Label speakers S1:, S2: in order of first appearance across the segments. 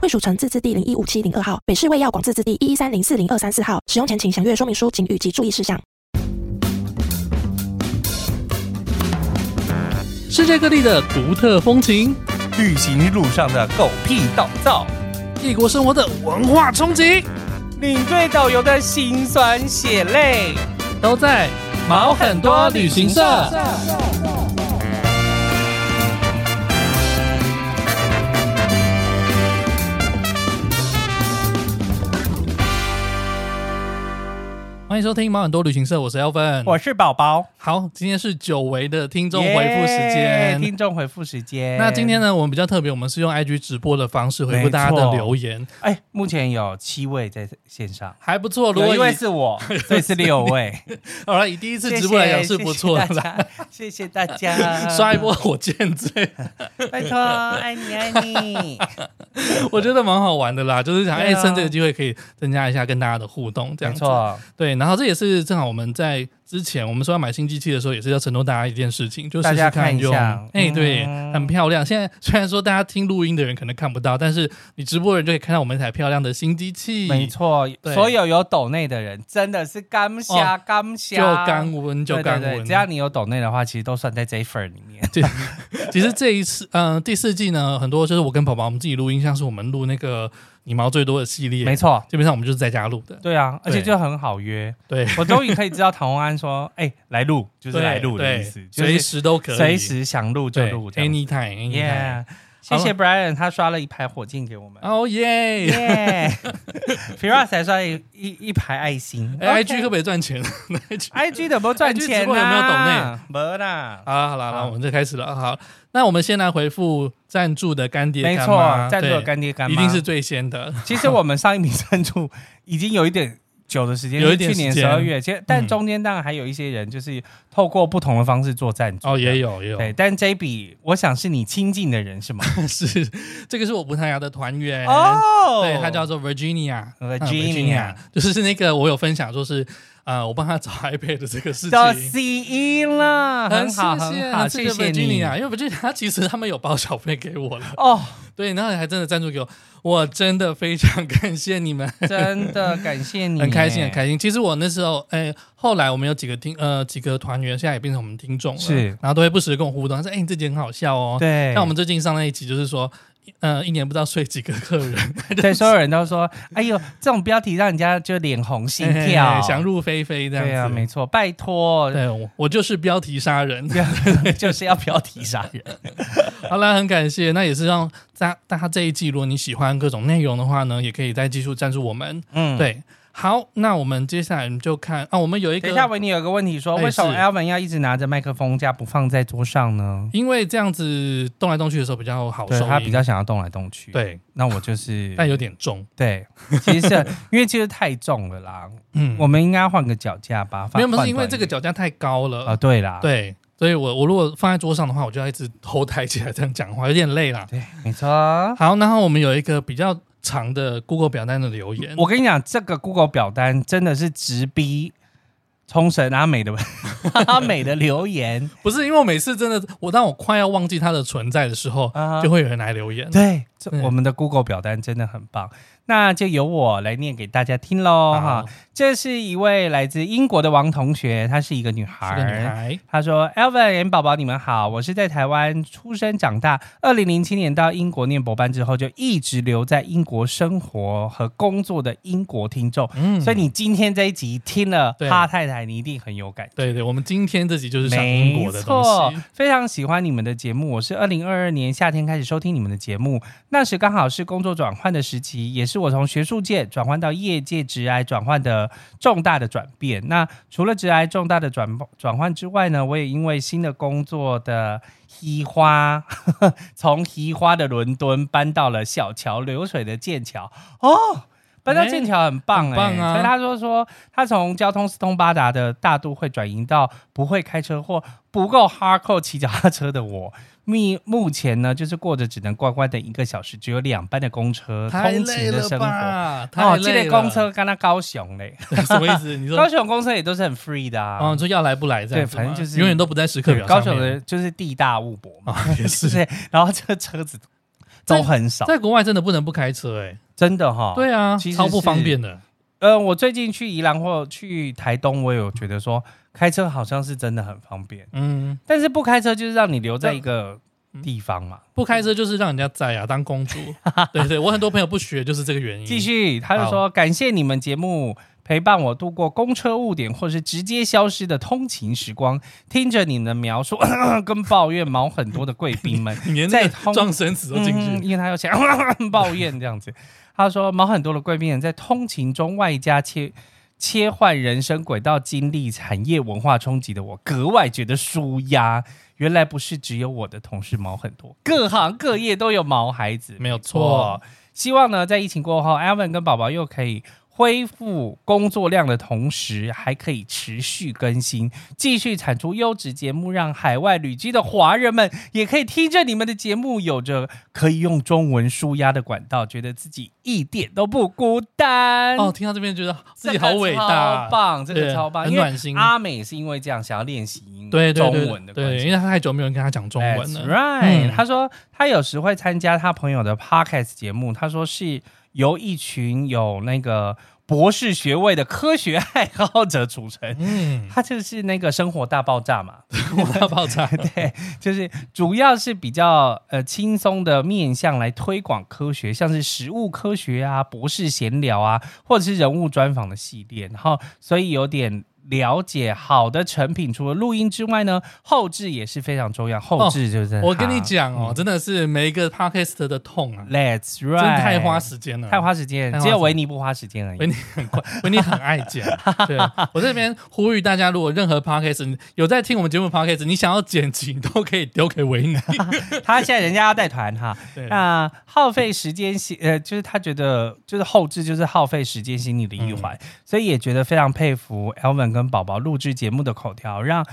S1: 惠蜀城自治地零一五七零二号，北市卫药广自治地一一三零四零二三四号。使用前请详阅说明书、警语及注意事项。
S2: 世界各地的独特风情，
S3: 旅行路上的狗屁倒灶，
S2: 异国生活的文化冲击，
S3: 领队导游的辛酸血泪，
S2: 都在毛很多旅行社。欢迎收听毛很多旅行社，我是 Elvin。
S3: 我是宝宝，
S2: 好，今天是久违的听众回复时间。
S3: 耶听众回复时间。
S2: 那今天？呢，我们比较特别，我们是用 IG 直播的方式回复大家的留言，
S3: 哎，目前有七位在线上，
S2: 还不错。如
S3: 有
S2: 果
S3: 一位 是我，所以是六位。
S2: 好了，以第一次直播来讲是不错的
S3: 谢谢
S2: 啦，
S3: 大家，嗯谢谢大家，
S2: 刷一波火箭之类的，
S3: 拜托，爱你爱你。
S2: 我觉得蛮好玩的啦。就是想，哎、
S3: 对啊
S2: 趁这个机会可以增加一下跟大家的互动，这
S3: 没
S2: 样子。
S3: 错，
S2: 对，然后这也是正好我们在之前我们说要买新机器的时候，也是要承诺大家一件事情，就试
S3: 大
S2: 试
S3: 家看一
S2: 用。
S3: 下
S2: 哎，对，
S3: 嗯
S2: 很漂亮。现在虽然说大家听录音的人可能看不到，但是你直播的人就可以看到我们一台漂亮的新机器。
S3: 没错，
S2: 对哦
S3: 所有有抖内的人真的是干虾干虾，
S2: 就干温 就
S3: 对
S2: 干
S3: 对
S2: 温，
S3: 对，只要你有抖内的话，其实都算在这一份儿里面。
S2: 对， 其实这一次，嗯、第四季呢，很多就是我跟宝宝我们自己录音，像是我们录那个你毛最多的系列，
S3: 没，错，
S2: 基本上我们就是在家录的，
S3: 对啊，而且
S2: 对
S3: 就很好约。
S2: 对，
S3: 我终于可以知道唐红安说：“哎、来录 就是
S2: 对
S3: 来录的
S2: 对
S3: 意思，就
S2: 随
S3: 是
S2: 时都可以，
S3: 随时想录就
S2: 对
S3: 录这样子。
S2: ，anytime anytime，
S3: Yeah，谢谢 Brian，他刷了一排火箭给我们。
S2: 哦耶！
S3: 耶 ，Firas 还刷了一一一排爱心。
S2: 哎，IG 会不会赚钱？IG
S3: IG 有没有赚
S2: IG
S3: 钱
S2: 直播有没有抖
S3: 啊？没啦。
S2: 好啊啦好啦，好啦
S3: 好
S2: 我们就开始了。啊好，那我们先来回复赞助的干爹
S3: 没
S2: 啊干
S3: 错啊
S2: 妈，，
S3: 赞助的
S2: 对
S3: 干爹干
S2: 一
S3: 妈
S2: 定是。最先的。
S3: 其实我们上一笔赞 助已经有一点久的时间，
S2: 有一点
S3: 是去年
S2: 时
S3: 十
S2: 间
S3: 二月，其实但
S2: 嗯
S3: 中间当然还有一些人就是透过不同的方式做赞助。
S2: 哦，也。有也有，
S3: 对，但这一笔我想是你亲近的人是吗？
S2: 是这个是我葡萄牙的团员
S3: 哦
S2: 哎对，他叫做 Virginia，呃
S3: Virginia
S2: 就是那个我有分享，说是呃，我帮他找 iPad 的这个事
S3: 叫
S2: 情。
S3: C E 啦， 很好
S2: 嗯谢
S3: 很
S2: 谢
S3: 好，
S2: 啊
S3: 谢
S2: v i
S3: 谢
S2: r g i
S3: 你
S2: n 因为 Virginia 他其实他们有包小费给我 了，
S3: 哦，
S2: 对，然后还真的赞助给我，我真的非常感谢你 们，
S3: 真的感谢你，
S2: 很开心很开心。其实我那时候，哎、后来我们有几个听呃几个团员，现在也变成我们听众了，
S3: 是
S2: 然后都会不时地跟我互动，他说哎、你这集很好笑哦，
S3: 对，
S2: 那我们最近上那一集就是说，呃，一年不知道睡几个客人，
S3: 对所有人都说，哎呦，这种标题让人家就脸红心
S2: 嘿嘿
S3: 跳，
S2: 嘿哎想入非非这样子。
S3: 对啊，没错，拜托，
S2: 对我我就是标题杀 人。
S3: 就是要标题杀人。
S2: 好啦，很感谢，那也是让大大家这一季，如果你喜欢各种内容的话呢，也可以再继续赞助我们。
S3: 嗯，。
S2: 对，好，那我们接下来就看啊，我们有一
S3: 等一下，
S2: 个，
S3: 维尼有个问题说，
S2: 哎
S3: 为什么
S2: 是
S3: Alvin 要一直拿着麦克风架不放在桌上呢？
S2: 因为这样子动来动去的时候比较好
S3: 对
S2: 收音，
S3: 他比较想要动来动去。，
S2: 对，
S3: 那我就 是
S2: 但有点重。
S3: 对，其实是 因为其实太重了啦，
S2: 嗯，
S3: 我们应该换个脚架吧。
S2: 没有，
S3: 换
S2: 不是因为
S3: 换
S2: 这个脚架太高
S3: 短一点啊，
S2: 了，
S3: 对啦，
S2: 对，所以我我如果放在桌上的话，我就要一直头抬起来这样讲话，有点累啦。
S3: 对，没错。
S2: 好，然后我们有一个比较长的 Google 表单的留言，
S3: 我跟你讲，这个 Google 表单真的是直逼冲绳阿美的 阿美的留言，
S2: 不是因为我每次真的，我当我快要忘记它的存在的时候，
S3: 啊哈
S2: 就会有人来留言。
S3: 对，这
S2: 对
S3: 我们的 Google 表单真的很棒。那就由我来念给大家听喽哈
S2: 好。
S3: 这是一位来自英国的王同学，她是一个女孩
S2: 是
S3: 儿。
S2: 个女孩，
S3: 她说：“Elvin 宝宝，你们好，我是在台湾出生长大，二零零七年到英国念博班之后，就一直留在英国生活和工作的英国听众。
S2: 嗯
S3: 所以你今天这一集听了
S2: 对
S3: 哈太太，你一定很有感觉。
S2: 对对，我们今天这集就是讲英
S3: 没
S2: 国的东
S3: 错
S2: 西。，
S3: 非常喜欢你们的节目。我是二零二二年夏天开始收听你们的节目，那时刚好是工作转换的时期，也是我从学术界转换到业界职癌转换的重大的转变。那除了职癌重大的转转换之外呢，我也因为新的工作的移花， 从移花的伦敦搬到了小桥流水的剑桥哦。搬到
S2: 哎
S3: 剑桥很棒哎、
S2: 很棒啊
S3: 所以他说说他从交通四通八达的大都会转移到不会开车或不够 hardcore 骑脚踏车的我。目目前呢，就是过着只能乖乖等一个小时，只有两班的公车
S2: 太
S3: 通
S2: 累
S3: 勤的
S2: 了
S3: 生活。
S2: 吧？太
S3: 哦，这
S2: 累
S3: 类
S2: 了。
S3: 公车跟他高雄嘞，
S2: 什么意思？你说
S3: 高雄公车也都是很 free 的啊。
S2: 哦，你说要来不来这样子吗
S3: 对反正就是
S2: 永远都不在时刻
S3: 对，
S2: 表
S3: 高
S2: 上面。
S3: 雄的就是地大物博嘛，
S2: 啊，也
S3: 就是是，然后这个车子都很少，
S2: 在国外真的不能不开车哎、
S3: 真的哈、
S2: 对啊，
S3: 其实
S2: 超不
S3: 是
S2: 方便的。
S3: 呃，我最近去宜兰或去台东，我有觉得说开车好像是真的很方便，
S2: 嗯，
S3: 但是不开车就是让你留在一个地方嘛。
S2: 不开车就是让人家载啊，当公 主。对对，我很多朋友不学就是这个原因。
S3: 继续，他就说感谢你们节目陪伴我度过公车误点或是直接消失的通勤时光，听着你们的描述 跟抱怨毛很多的贵宾们，
S2: 你连那个
S3: 在通
S2: 撞生 词都进
S3: 嗯
S2: 去，
S3: 因为他要想 抱怨这样子。他说，毛很多的贵宾人在通勤中外加切切换人生轨道经历、产业文化冲击的我，格外觉得舒压。原来不是只有我的同事毛很多，各行各业都有毛孩子，
S2: 没有错。
S3: 希望呢，在疫情过后，Alvin 跟宝宝又可以恢复工作量的同时，还可以持续更新，继续产出优质节目，让海外旅居的华人们也可以听着你们的节目，有着可以用中文舒压的管道，觉得自己一点都不孤单。
S2: 哦，，听到这边觉得自己好伟大啊
S3: 超，棒，这个
S2: 对
S3: 超棒，
S2: 很
S3: 因为
S2: 暖心
S3: 阿美是因为这样想要练习英
S2: 对对对
S3: 中文的关系
S2: 对，因为他太久没有人跟他讲中文
S3: 哎 That's
S2: 了。
S3: right，、
S2: 嗯
S3: 他说他有时会参加他朋友的 podcast 节目，他说是由一群有那个博士学位的科学爱好者组成。
S2: 嗯，
S3: 他就是那个生活大爆 炸嘛，
S2: 我大爆 炸，
S3: 对，就是主要是比较呃轻松的面向来推广科学，像是食物科学啊、博士闲聊啊，或者是人物专访的系列，然后所以有点。了解好的成品，除了录音之外呢，后置也是非常重要。后置就是、
S2: 我跟你讲
S3: 嗯
S2: 哦，真的是每一个 podcast 的痛啊，
S3: ，Let's right，
S2: 真的太花时间了，
S3: 太花时间
S2: 太，花
S3: 只有
S2: 时
S3: 维尼不花时间而已
S2: 维。尼很快，维尼很爱 剪。对我这边呼吁大家，如果任何 podcast 你有在听我们节目 podcast，你想要剪辑你都可以丢给维 尼。
S3: 他现在人家要带团哈，
S2: 对
S3: 那耗费时间心呃，就是他觉得就是后置就是耗费时间心理的一环，
S2: 嗯
S3: 所以也觉得非常佩服 Elvin 跟宝宝录制节目的口条，让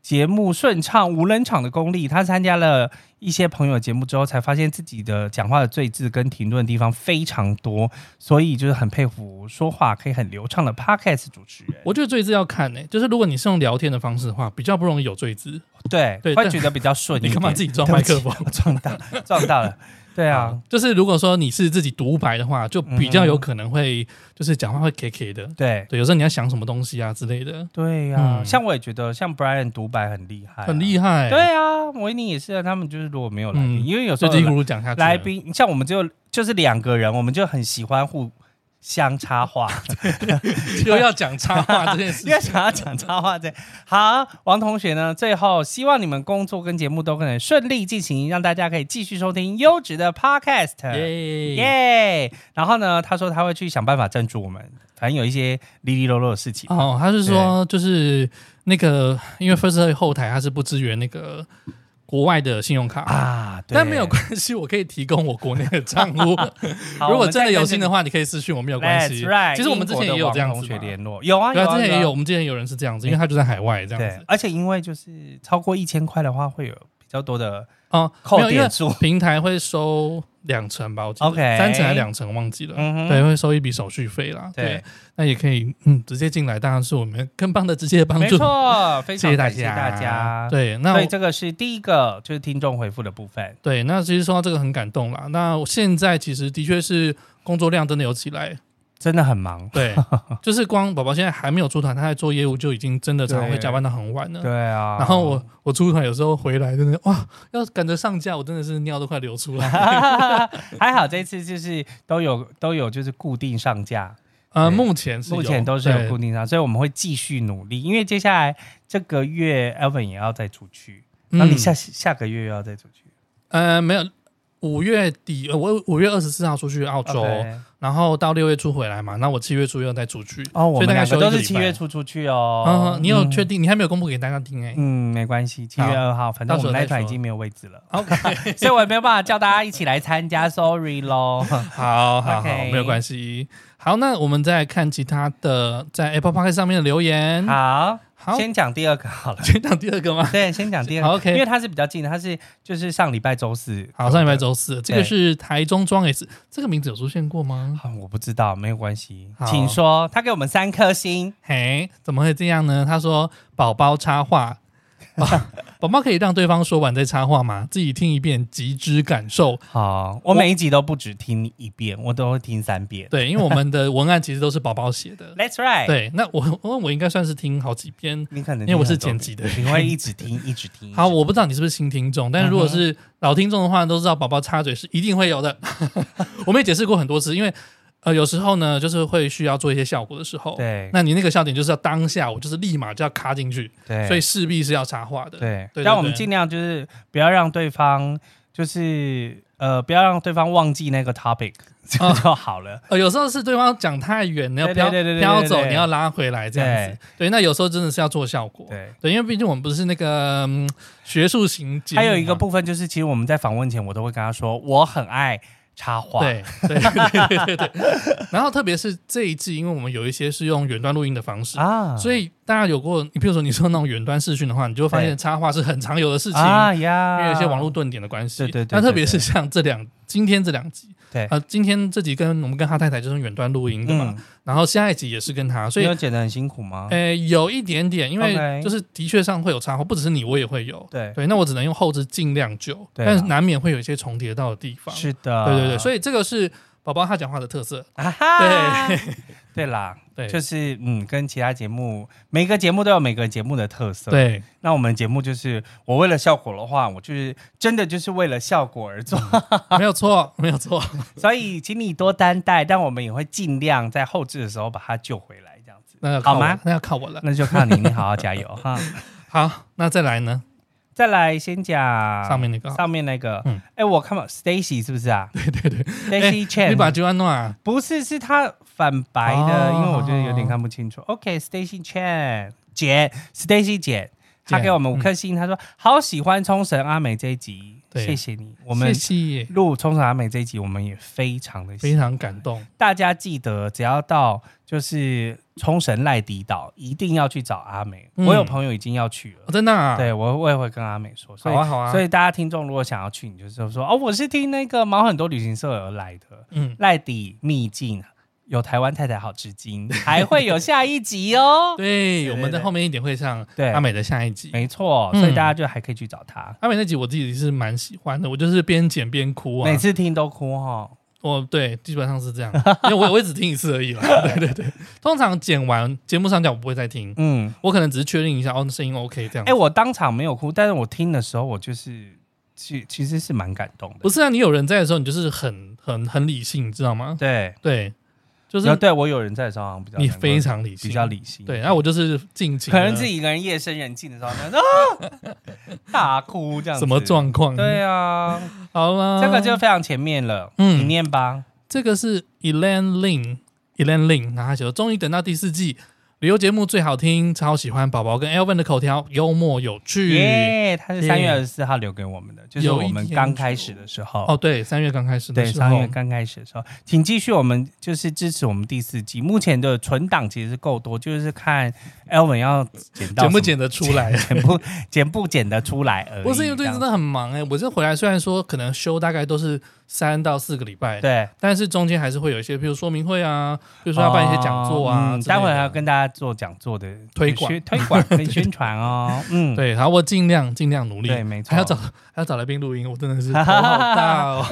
S3: 节目顺畅无冷场的功力。他参加了一些朋友节目之后，才发现自己的讲话的赘字跟停顿的地方非常多，所以就是很佩服说话可以很流畅的 Podcast 主持人。
S2: 我觉得最字要看呢、就是如果你是用聊天的方式的话，比较不容易有最字。
S3: 对，
S2: 对
S3: 会
S2: 但
S3: 觉得比较顺一
S2: 你
S3: 点。
S2: 干嘛自己装
S3: 对
S2: 麦
S3: 不起
S2: 克风？
S3: 我 撞到撞 到了，对啊。
S2: 就是如果说你是自己独白的话，就比
S3: 嗯
S2: 较有可能会就是讲话会 K K 的。
S3: 对
S2: 对，有时候你要想什么东西啊之类的，
S3: 对呀、啊
S2: 嗯
S3: 像我也觉得，像 Brian 独白很厉害、
S2: 很厉
S3: 害、
S2: 害。
S3: 哎对，啊，维尼也是啊，他们就是如果没有来宾，
S2: 嗯
S3: 因为有时
S2: 就
S3: 候
S2: 叽里咕噜讲下去了。
S3: 来宾，像我们就就是两个人，我们就很喜欢互相插话，
S2: 又要讲插话这件事
S3: 因为
S2: 情，
S3: 想要讲插话这样。好，王同学呢，最后希望你们工作跟节目都可能顺利进行，让大家可以继续收听优质的 Podcast。
S2: 耶
S3: 耶！然后呢，他说他会去想办法赞助我们，反正有一些哩哩啰啰的事情。
S2: 哦，他是说就是那个，因为 First 后台它是不支援那个国外的信用卡
S3: 啊，对
S2: 但没有关系，我可以提供我国内 的账户。
S3: 好
S2: 如
S3: 我
S2: 果
S3: 们
S2: 真的
S3: 再跟
S2: 有
S3: 这
S2: 心
S3: 个
S2: 的话，你可以私讯我，没有关系
S3: That's。right,
S2: 其实我们之前也有这样
S3: 英
S2: 子嘛
S3: 国的网红学，联络，有啊，
S2: 对啊，
S3: 啊
S2: 之前也有，
S3: 啊
S2: 我们之前有人是这样子，因为他就在海外这样
S3: 对
S2: 子，。
S3: 而且因为就是超过一千块的话，会有比较多的
S2: 哦，没
S3: 扣
S2: 有，因为
S3: 点数。
S2: 平台会收两成吧，我记得
S3: OK
S2: 三成还两成，忘记了。
S3: 嗯哼
S2: 对，会收一笔手续费啦。
S3: 对
S2: 对，那也可以，嗯，直接进来，当然是我们更棒的直接帮
S3: 没
S2: 助。
S3: 错，非
S2: 谢
S3: 常
S2: 谢大家，
S3: 感谢大家。
S2: 对，那
S3: 所以
S2: 我
S3: 这个是第一个，就是听众回复的部分。
S2: 对，那其实说到这个很感动啦。那我现在其实的确是工作量真的有起来，
S3: 真的很忙，
S2: 对，就是光宝宝现在还没有出团，他在做业务就已经真的常常会加班到很晚了。
S3: 对啊。
S2: 嗯然后 我我出团有时候回来真的哇，要赶着上架，我真的是尿都快 流出来。
S3: 还好这次就是都有都有就是固定上架，
S2: 呃，
S3: 对
S2: 目前是有
S3: 目前都是有
S2: 对
S3: 固定上，所以我们会继续努力，因为接下来这个月 Elvin 也要再出去，然后你
S2: 嗯
S3: 下、下个月又要再出去
S2: 呃，没有，五月底，呃我五月二十四号出去澳洲
S3: OK
S2: 然后到六月初回来嘛，那我七月初又再出去，
S3: 哦，我
S2: 所以
S3: 们
S2: 大概
S3: 两
S2: 休
S3: 个
S2: 一
S3: 都
S2: 个
S3: 是
S2: 礼
S3: 七
S2: 拜
S3: 月。初出去哦。
S2: 嗯，你有确
S3: 嗯？
S2: 定？你还没有公布给大家听哎、
S3: 嗯，没关系，七月
S2: 好
S3: 二号，反正我们那一团已经没有位置了，
S2: OK，
S3: 所以我也没有办法叫大家一起来 参加，sorry 喽。
S2: 好好好
S3: OK
S2: 没有关系。好，那我们再看其他的在 Apple Park 上面的留言。
S3: 好，
S2: 嗯好，
S3: 先讲第二个好了。
S2: 先讲第二个吗？
S3: 对，先讲第二
S2: 好
S3: 个
S2: ，OK
S3: 因为它是比较近的，它是就是上礼拜周四。
S2: 好，上礼拜周四，这个
S3: 对
S2: 是台中庄 S，这个名字有出现过吗？
S3: 啊，我不知道，没有关系
S2: 好，
S3: 请说。他给我们三颗星，
S2: 嘿，怎么会这样呢？他说宝宝插话，宝 宝宝可以让对方说完再插话吗？自己听一遍，极之感受。
S3: 好，我每一集都不只听一遍，我都会听三遍。
S2: 对，因为我们的文案其实都是宝宝写 的。
S3: That's right。，
S2: 对，那我我我应该算是听好几遍。
S3: 你可能
S2: 因为我是
S3: 听很多
S2: 剪辑的
S3: 遍你会一直听，一直听。
S2: 好，
S3: 一直
S2: 我不知道你是不是新听众，但是如果
S3: 嗯
S2: 是老听众的话，都知道宝宝插嘴是一定会有的。 我们也解释过很多次，因为呃，有时候呢，就是会需要做一些效果的时候，
S3: 对
S2: 那你那个笑点就是要当下，我就是立马就要卡进去，
S3: 听对，
S2: 所以势必是要插话的。
S3: 对，
S2: 对
S3: 但我们
S2: 对
S3: 尽量就是不要让对方就是呃，不要让对方忘记那个 topic 这样就好了。
S2: 呃，有时候是对方讲太远，你要
S3: 对
S2: 飘
S3: 对对对对
S2: 飘
S3: 对
S2: 走，
S3: 对
S2: 你要拉回来这样子。对，那有时候真的是要做效果。
S3: 对。
S2: 对，因为毕竟我们不是那个、嗯学术型节目嘛，
S3: 还有一个部分就是，其实我们在访问前，我都会跟他说，我很爱插话。
S2: 对对对对对对。然后特别是这一季，因为我们有一些是用远端录音的方式，
S3: 啊，
S2: 所以大家有过，你比如说你说那种远端视讯的话，你就会发现
S3: 对
S2: 插话是很常有的事情，
S3: 啊
S2: 因
S3: 呀，
S2: 为有一些网络顿点的关系。
S3: 对对对
S2: 那特别是
S3: 对对
S2: 像这两今天这两集，
S3: 对
S2: 呃，今天这集跟我们跟哈太太就是远端录音的嘛，
S3: 嗯，
S2: 然后下一集也是跟他，所
S3: 所
S2: 以
S3: 以剪得很辛苦吗？
S2: 呃，有一点点，因为
S3: OK
S2: 就是的确上会有插话，不只是你，我也会有。
S3: 对，
S2: 对，那我只能用后置尽量久，
S3: 对啊
S2: 但是难免会有一些重叠到的地方。
S3: 是的，
S2: 对对对，所
S3: 以
S2: 以这个是宝宝他讲话的特色。
S3: 啊哈，
S2: 对
S3: 对对啦，
S2: 对
S3: 就是嗯，跟其他节目每个节目都有每个节目的特色。，
S2: 对，
S3: 那我们节目就是我为了效果的话，我就是真的就是为了效果而
S2: 嗯
S3: 做，
S2: 没有错，没有错。
S3: 所以请你多担待，但我们也会尽量在后置的时候把它救回来，这样子。
S2: 那要靠
S3: 好
S2: 我
S3: 吗
S2: 那要靠我了。
S3: 那就靠你，你好好 加油哈。
S2: 好，那再来呢？
S3: 再来先讲
S2: 上面那个
S3: 上面那个，
S2: 嗯
S3: 嗯，哎，我看到 Stacy 是不是啊？对
S2: 哎
S3: 对对，Stacy Chen，
S2: 你把就安弄啊？
S3: 不是，是他反白的，
S2: 哦
S3: 因为我觉得有点看不清楚。OK，Stacy、Chan 姐，Stacy 姐，她给我们五颗星，她说好喜欢冲绳阿美这一集，
S2: 嗯对
S3: 谢谢你。我们
S2: 谢谢，
S3: 录冲绳阿美这一集，我们也非常的
S2: 非
S3: 喜欢。
S2: 常感动。
S3: 大家记得，只要到就是冲绳赖迪岛，一定要去找阿美。
S2: 嗯
S3: 我有朋友已经要去了。
S2: 哦真的啊？，
S3: 对，我我也会跟阿美说，所以、
S2: 好啊好啊
S3: 所以大家听众如果想要去，你就是说哦，我是听那个毛很多旅行社而来的，
S2: 嗯，
S3: 赖底秘境，有台湾太太好吃 惊，还会有下一集哦。
S2: 对，
S3: 对
S2: 我们在
S3: 对
S2: 后面一点会上
S3: 对
S2: 阿美的下一集。
S3: 没错，
S2: 嗯
S3: 所以大家就还可以去找他，
S2: 阿美那集我自己是蛮喜欢的，我就是边剪边哭啊
S3: 每。次听都哭哈。
S2: 哦，对，基本上是 这样，因为我我也只听一次而已啦。 对对对，通常剪完节目上架我不会再听，
S3: 嗯，
S2: 我可能只是确定一下哦，声音 OK 这样
S3: 哎、。我当场没有哭，但是我听的时候，我就是其其实是蛮感动的。
S2: 不是啊，你有人在的时候，你就是很很很理性，你知道吗？
S3: 对，
S2: 对，就
S3: 然后
S2: 是
S3: 对我有人在的时候，好像比较
S2: 你
S3: 能够
S2: 非常理性，
S3: 比较理性。
S2: 对，然后我就是尽情
S3: 可
S2: 的，
S3: 能自己一个人夜深人静的时候，然后啊 大哭这样子。
S2: 什么？状况？
S3: 对，啊，
S2: 好了，
S3: 这个就非常前面了。
S2: 嗯
S3: 嗯，你念吧。
S2: 这个是 Elaine Lin，Elaine Lin，然后他写说终于等到第四季，旅游节目最好听，超喜欢宝宝跟 Elvin 的口条，幽默有趣。
S3: 耶他是三月
S2: 耶
S3: 二十四号留给我们的，就是
S2: 有
S3: 我
S2: 一
S3: 们
S2: 天
S3: 刚
S2: 就
S3: 开始的时候。
S2: 哦，对，三月刚开始的
S3: 对，
S2: 时候，
S3: 三月刚开始的时候，请继续我们就是支持我们第四季。目前的存档其实是够多，就是看 Elvin 要
S2: 剪
S3: 剪到
S2: 不
S3: 什么
S2: 剪得出 来？
S3: 剪不剪不剪得出来而已。
S2: 不是因为最近
S3: 这样
S2: 真的很忙哎、我这回来虽然说可能休大概都是三到四个礼拜，
S3: 对，
S2: 但是中间还是会有一些，比如说明会啊，比如说要办一些讲座啊
S3: 哦嗯
S2: 之类的，
S3: 待会还要跟大家做讲座的
S2: 推广
S3: 宣推广跟宣 传哦。嗯，
S2: 对，然后我尽量尽量努力，
S3: 对，没错。
S2: 还要找还要找来宾录音，我真的是头好大 哦，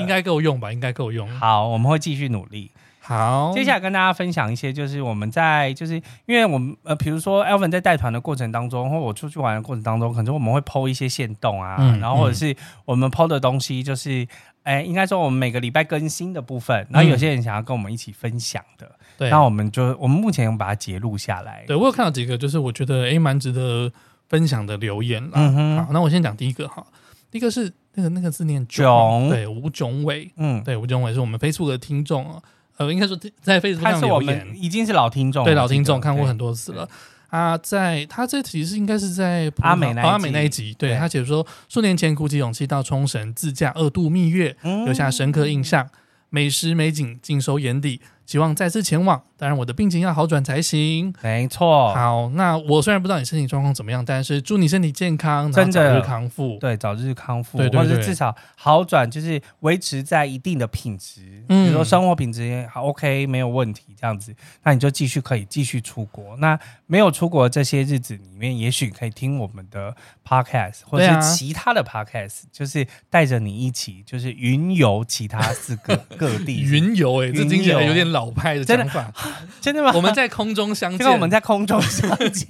S2: 应该够用吧？应该够用。
S3: 好，我们会继续努力。
S2: 好，
S3: 接下来跟大家分享一些，就是我们在就是因为我们呃，比如说 Elvin 在带团的过程当中，或我出去玩的过程当中，可能我们会剖一些线动啊，
S2: 嗯
S3: 然后或者是我们剖的东西，就是哎，应该说我们每个礼拜更新的部分，然后有些人想要跟我们一起分享的，
S2: 对，
S3: 那我们就我们目前把它截录下来。
S2: 对我有看到几个，就是我觉得诶蛮值得分享的留言啦。
S3: 嗯哼
S2: 好，那我先讲第一个哈，第一个是那个那个字念
S3: 囧
S2: 对，吴炯伟，
S3: 嗯，
S2: 对，吴炯伟是我们 Facebook 的听众哦，呃，应该说在 Facebook
S3: 他
S2: 上
S3: 是我
S2: 留
S3: 们
S2: 言，
S3: 已经是老听众了，
S2: 对老听
S3: 我
S2: 众
S3: 记得
S2: 看过很
S3: 对
S2: 多次了。啊，在他这题是应该是在葡萄
S3: 阿美那一
S2: 哦阿美
S3: 集
S2: 那一集，对
S3: 对
S2: 他写说，数年前鼓起勇气到冲绳自驾二度蜜月，留
S3: 嗯
S2: 下深刻印象，美食美景尽收眼底，希望再次前往。当然，我的病情要好转才行。
S3: 没错，
S2: 好，那我虽然不知道你身体状况怎么样，但是祝你身体健康，然后
S3: 真
S2: 早
S3: 的
S2: 日康复。
S3: 对，早日康复，
S2: 对对
S3: 或者
S2: 对
S3: 是至少好转，就是维持在一定的品质，
S2: 嗯
S3: 比如说生活品质好 OK 没有问题这样子，那你就继续可以继续出国。那没有出国的这些日子里面，也许可以听我们的 podcast 或
S2: 对啊
S3: 者是其他的 podcast，、就是带着你一起就是云游其他四 个各地，
S2: 云游，哎，这
S3: 云
S2: 听起来
S3: 游
S2: 有点老派的
S3: 真的
S2: 讲法。
S3: 真的吗？
S2: 我们在空中相
S3: 这
S2: 见
S3: 个，我们在空中相 见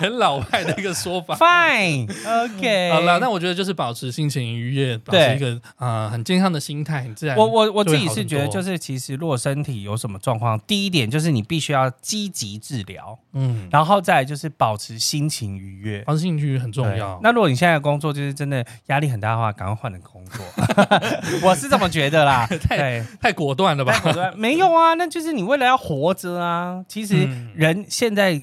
S2: 很老派的一个说 法。
S3: ，Fine OK，
S2: 好了，那我觉得就是保持心情愉悦，保持
S3: 哎对
S2: 一个啊、呃很健康的心态，你自然
S3: 我我我
S2: 就会
S3: 自己
S2: 好
S3: 是
S2: 很
S3: 觉得，
S2: 多
S3: 就是其实如果身体有什么状况，第一点就是你必须要积极治疗，
S2: 嗯，
S3: 然后再来就是保持心情愉悦。
S2: 保持兴趣很重要
S3: 对。那如果你现在的工作就是真的压力很大的话，赶快换个工 作。我是这么觉得啦。对，
S2: 太果断了吧
S3: 但？我说没有啊，那就是你为了要活着啊。其实
S2: 嗯
S3: 人现在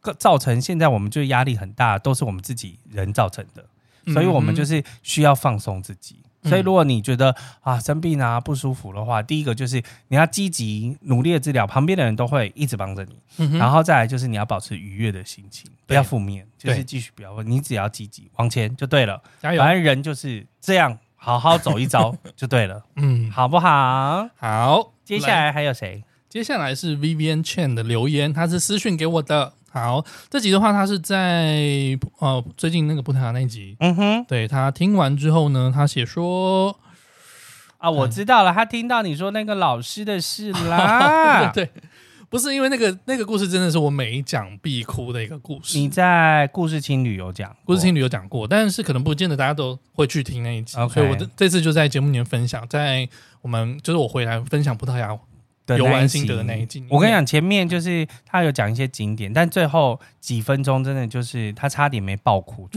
S3: 个造成现在我们就压力很大，都是我们自己人造成的。所以我们就是需要放松自己。
S2: 嗯
S3: 所以如果你觉得啊生病啊不舒服的话，第一个就是你要积极努力的治疗，旁边的人都会一直帮着你。
S2: 嗯哼，
S3: 然后再来就是你要保持愉悦的心情，不要负面，就
S2: 对哎
S3: 是继续不要，你只要积极往前就对了。
S2: 加油，
S3: 反正人就是这样，好好走一 遭就对了，
S2: 嗯，
S3: 好不好？
S2: 好，
S3: 接下来还有谁？
S2: 接下来是 Vivian Chen 的留言，他是私讯给我的。好，这集的话，他是在呃最近那个葡萄牙那一集，
S3: 嗯哼，
S2: 对他听完之后呢，他写说，
S3: 啊，
S2: 嗯
S3: 我知道了，他听到你说那个老师的事
S2: 啊、
S3: 啦。
S2: 对对，不是因为那个那个故事真的是我每讲必哭的一个故事。
S3: 你在故事青旅有讲，
S2: 故事青旅有讲过，但是可能不见得大家都会去听那一集
S3: OK
S2: 所以我这这次就在节目里面分享，在我们就是我回来分享葡萄牙
S3: 的
S2: 游
S3: 那
S2: 玩
S3: 一
S2: 心得的那一
S3: 集
S2: 集嗯里面
S3: 我跟你讲，前面就是他有讲一些景点，但最后几分钟真的就是他差点没 爆哭，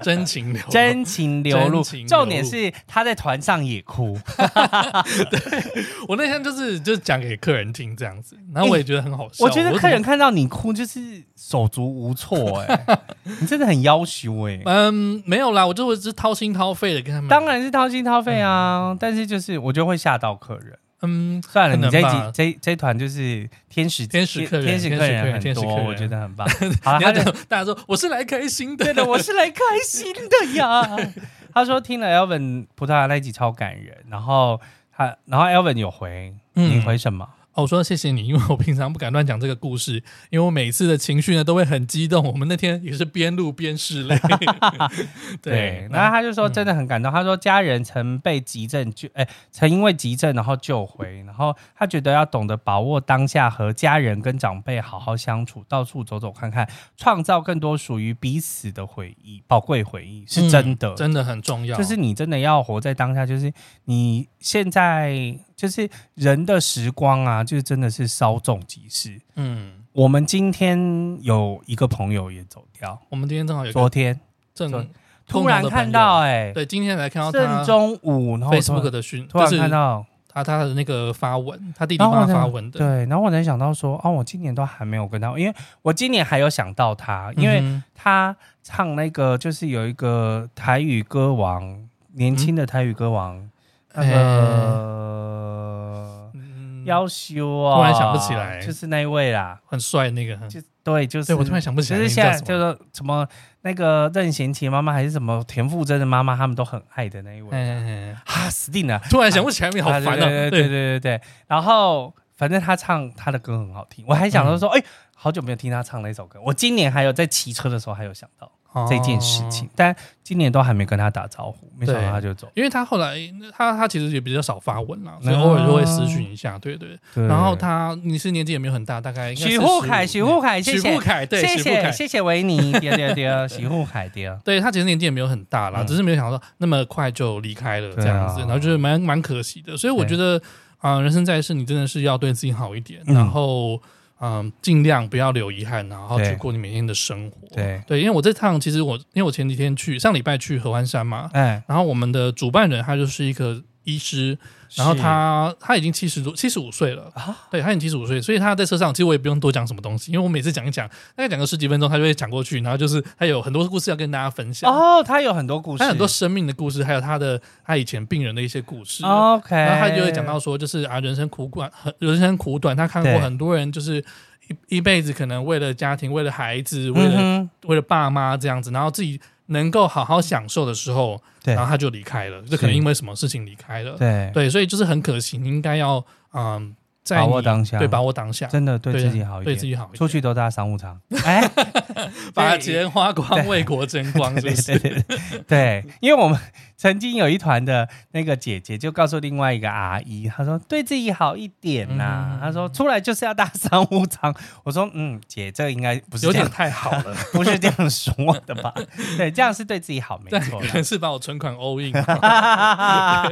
S2: 真情流露，
S3: 真情流
S2: 真
S3: 露。
S2: 情流露
S3: 重点是他在团上也哭，
S2: 我那天就是就是讲给客人听这样子，然后我也觉得很好笑。
S3: 我觉得
S2: 怎么
S3: 客人看到你哭就是手足无措、哎， 你真的很要求哎、
S2: 嗯没有啦，我就我是掏心掏肺的跟他们，
S3: 当然是掏心掏肺啊，但是就是我就会吓到客人。
S2: 嗯
S3: 算了，
S2: 可
S3: 你
S2: 能
S3: 这一集
S2: 吧
S3: 这这一团就是天使
S2: 天使客人
S3: 天使客
S2: 天使客人
S3: 人
S2: 天
S3: 很
S2: 使
S3: 多，
S2: 客人
S3: 我觉得 很棒。好了，
S2: 你要
S3: 他
S2: 讲
S3: 的
S2: 大家说我是来开心的，
S3: 对的，我是来开心的 呀。他说听了 Elvin 葡萄牙那一集超感人，然后他，然后 Elvin 有回，
S2: 嗯
S3: 你回什么？
S2: 哦，我说谢谢你，因为我平常不敢乱讲这个故事，因为我每次的情绪呢都会很激动。我们那天也是边录边拭 泪。对，嗯
S3: 然
S2: 那
S3: 后他就说真的很感动。他说家人曾被急症救，哎、曾因为急症然后救回，然后他觉得要懂得把握当下，和家人跟长辈好好相处，到处走走看看，创造更多属于彼此的回忆，宝贵回忆是真的，
S2: 嗯真的很重要。
S3: 就是你真的要活在当下，就是你现在就是人的时光啊，就是真的是稍纵即逝。
S2: 嗯，
S3: 我们今天有一个朋友也走掉，
S2: 我们今天正好有个
S3: 昨天
S2: 正
S3: 昨突然看到哎、
S2: 对，今天才看到
S3: 正
S2: 他
S3: 中午，然后突
S2: Facebook
S3: 然
S2: 的讯，
S3: 突
S2: 就
S3: 然
S2: 是
S3: 看到，
S2: 他他的那个发文，他弟弟
S3: 然后
S2: 帮
S3: 我
S2: 他
S3: 才
S2: 发文的，
S3: 对，然后我才想到说，哦，我今年都还没有跟他，因为我今年还有想到他，因为
S2: 嗯
S3: 他唱那个就是有一个台语歌王，年轻的台语歌王，呃
S2: 嗯
S3: 那个
S2: 哼嗯
S3: 要修啊，
S2: 突然想不起来
S3: 就是那一位啦，
S2: 很帅那个，
S3: 就对，就是
S2: 对我突然想不起来
S3: 就
S2: 那
S3: 是
S2: 个
S3: 现
S2: 叫
S3: 在
S2: 什
S3: 就
S2: 么，
S3: 是什么那个任贤齐妈妈还是什么田馥甄的妈妈，他们都很爱的那一位
S2: 哎，
S3: 啊，死定了。
S2: 突然想不起来，你好
S3: 啊
S2: 烦啊！嗯
S3: 对对对对对对。然后反正他唱他的歌很好听，我还想到说，哎、好久没有听他唱那首歌，我今年还有在骑车的时候还有想到这件事情，
S2: 哦
S3: 但今年都还没跟他打招呼，没想到
S2: 对
S3: 他就走。
S2: 因为他后来他他其实也比较少发文啦，
S3: 嗯
S2: 所以偶尔就会私讯一下，对对。
S3: 对
S2: 然后他你是年纪也没有很大，大概应该
S3: 许
S2: 45
S3: 富凯，许富凯，谢
S2: 许
S3: 谢
S2: 富凯，对，
S3: 谢
S2: 许富凯
S3: 谢，谢谢维尼， 对对对，许富 凯对。
S2: 对他其实年纪也没有很大啦，
S3: 啊嗯
S2: 只是没有想到那么快就离开了这样子，
S3: 对啊
S2: 然后就是蛮蛮可惜的。所以我觉得啊、人生在世，你真的是要对自己好一点，
S3: 嗯
S2: 然后嗯、尽量不要留遗憾，然后
S3: 对
S2: 去过你每天的生活。
S3: 对
S2: 因为我这趟其实我因为我前几天去上礼拜去合欢山嘛，
S3: 哎，
S2: 然后我们的主办人他就是一个医师，然后
S3: 是
S2: 他他已经七十多七十五岁了
S3: 啊
S2: 对他已经七十五岁，所以他在车上其实我也不用多讲什么东西，因为我每次讲一讲，大概讲个十几分钟，他就会讲过去，然后就是他有很多故事要跟大家分享，
S3: 哦，他有很多故事，
S2: 他很多生命的故事，还有他的他以前病人的一些故事。
S3: OK，
S2: 然后他就会讲到说，就是啊，人生苦短，很人生苦短。他看过
S3: 对
S2: 很多人，就是一一辈子可能为了家庭、为了孩子、为了、
S3: 嗯哼，
S2: 为了爸妈这样子，然后自己能够好好享受的时候，
S3: 对
S2: 然后他就离开了，就可能因为什么事情离开了。
S3: 对，
S2: 对，所以就是很可惜，你应该要嗯，在
S3: 把握
S2: 你
S3: 当下
S2: 对，把握当下，
S3: 真的
S2: 啊
S3: 对
S2: 对
S3: 自己好一点，
S2: 对自己好一点
S3: 出去都搭商务 舱，哎，
S2: 把
S3: 对
S2: 钱花光，
S3: 对
S2: 为国争光，是不
S3: 对对
S2: 是？
S3: 对对对，因为我们曾经有一团的那个姐姐就告诉另外一个阿姨，她说对自己好一点呐、
S2: 嗯
S3: 她说出来就是要搭商务舱。 我说嗯，姐，这应该不 是
S2: 有
S3: 这
S2: 点
S3: 样，
S2: 太好 了，
S3: 不是这样说的吧？对，这样是对自己好，没
S2: 但
S3: 错
S2: 可能是把我存款 all in，
S3: 啦。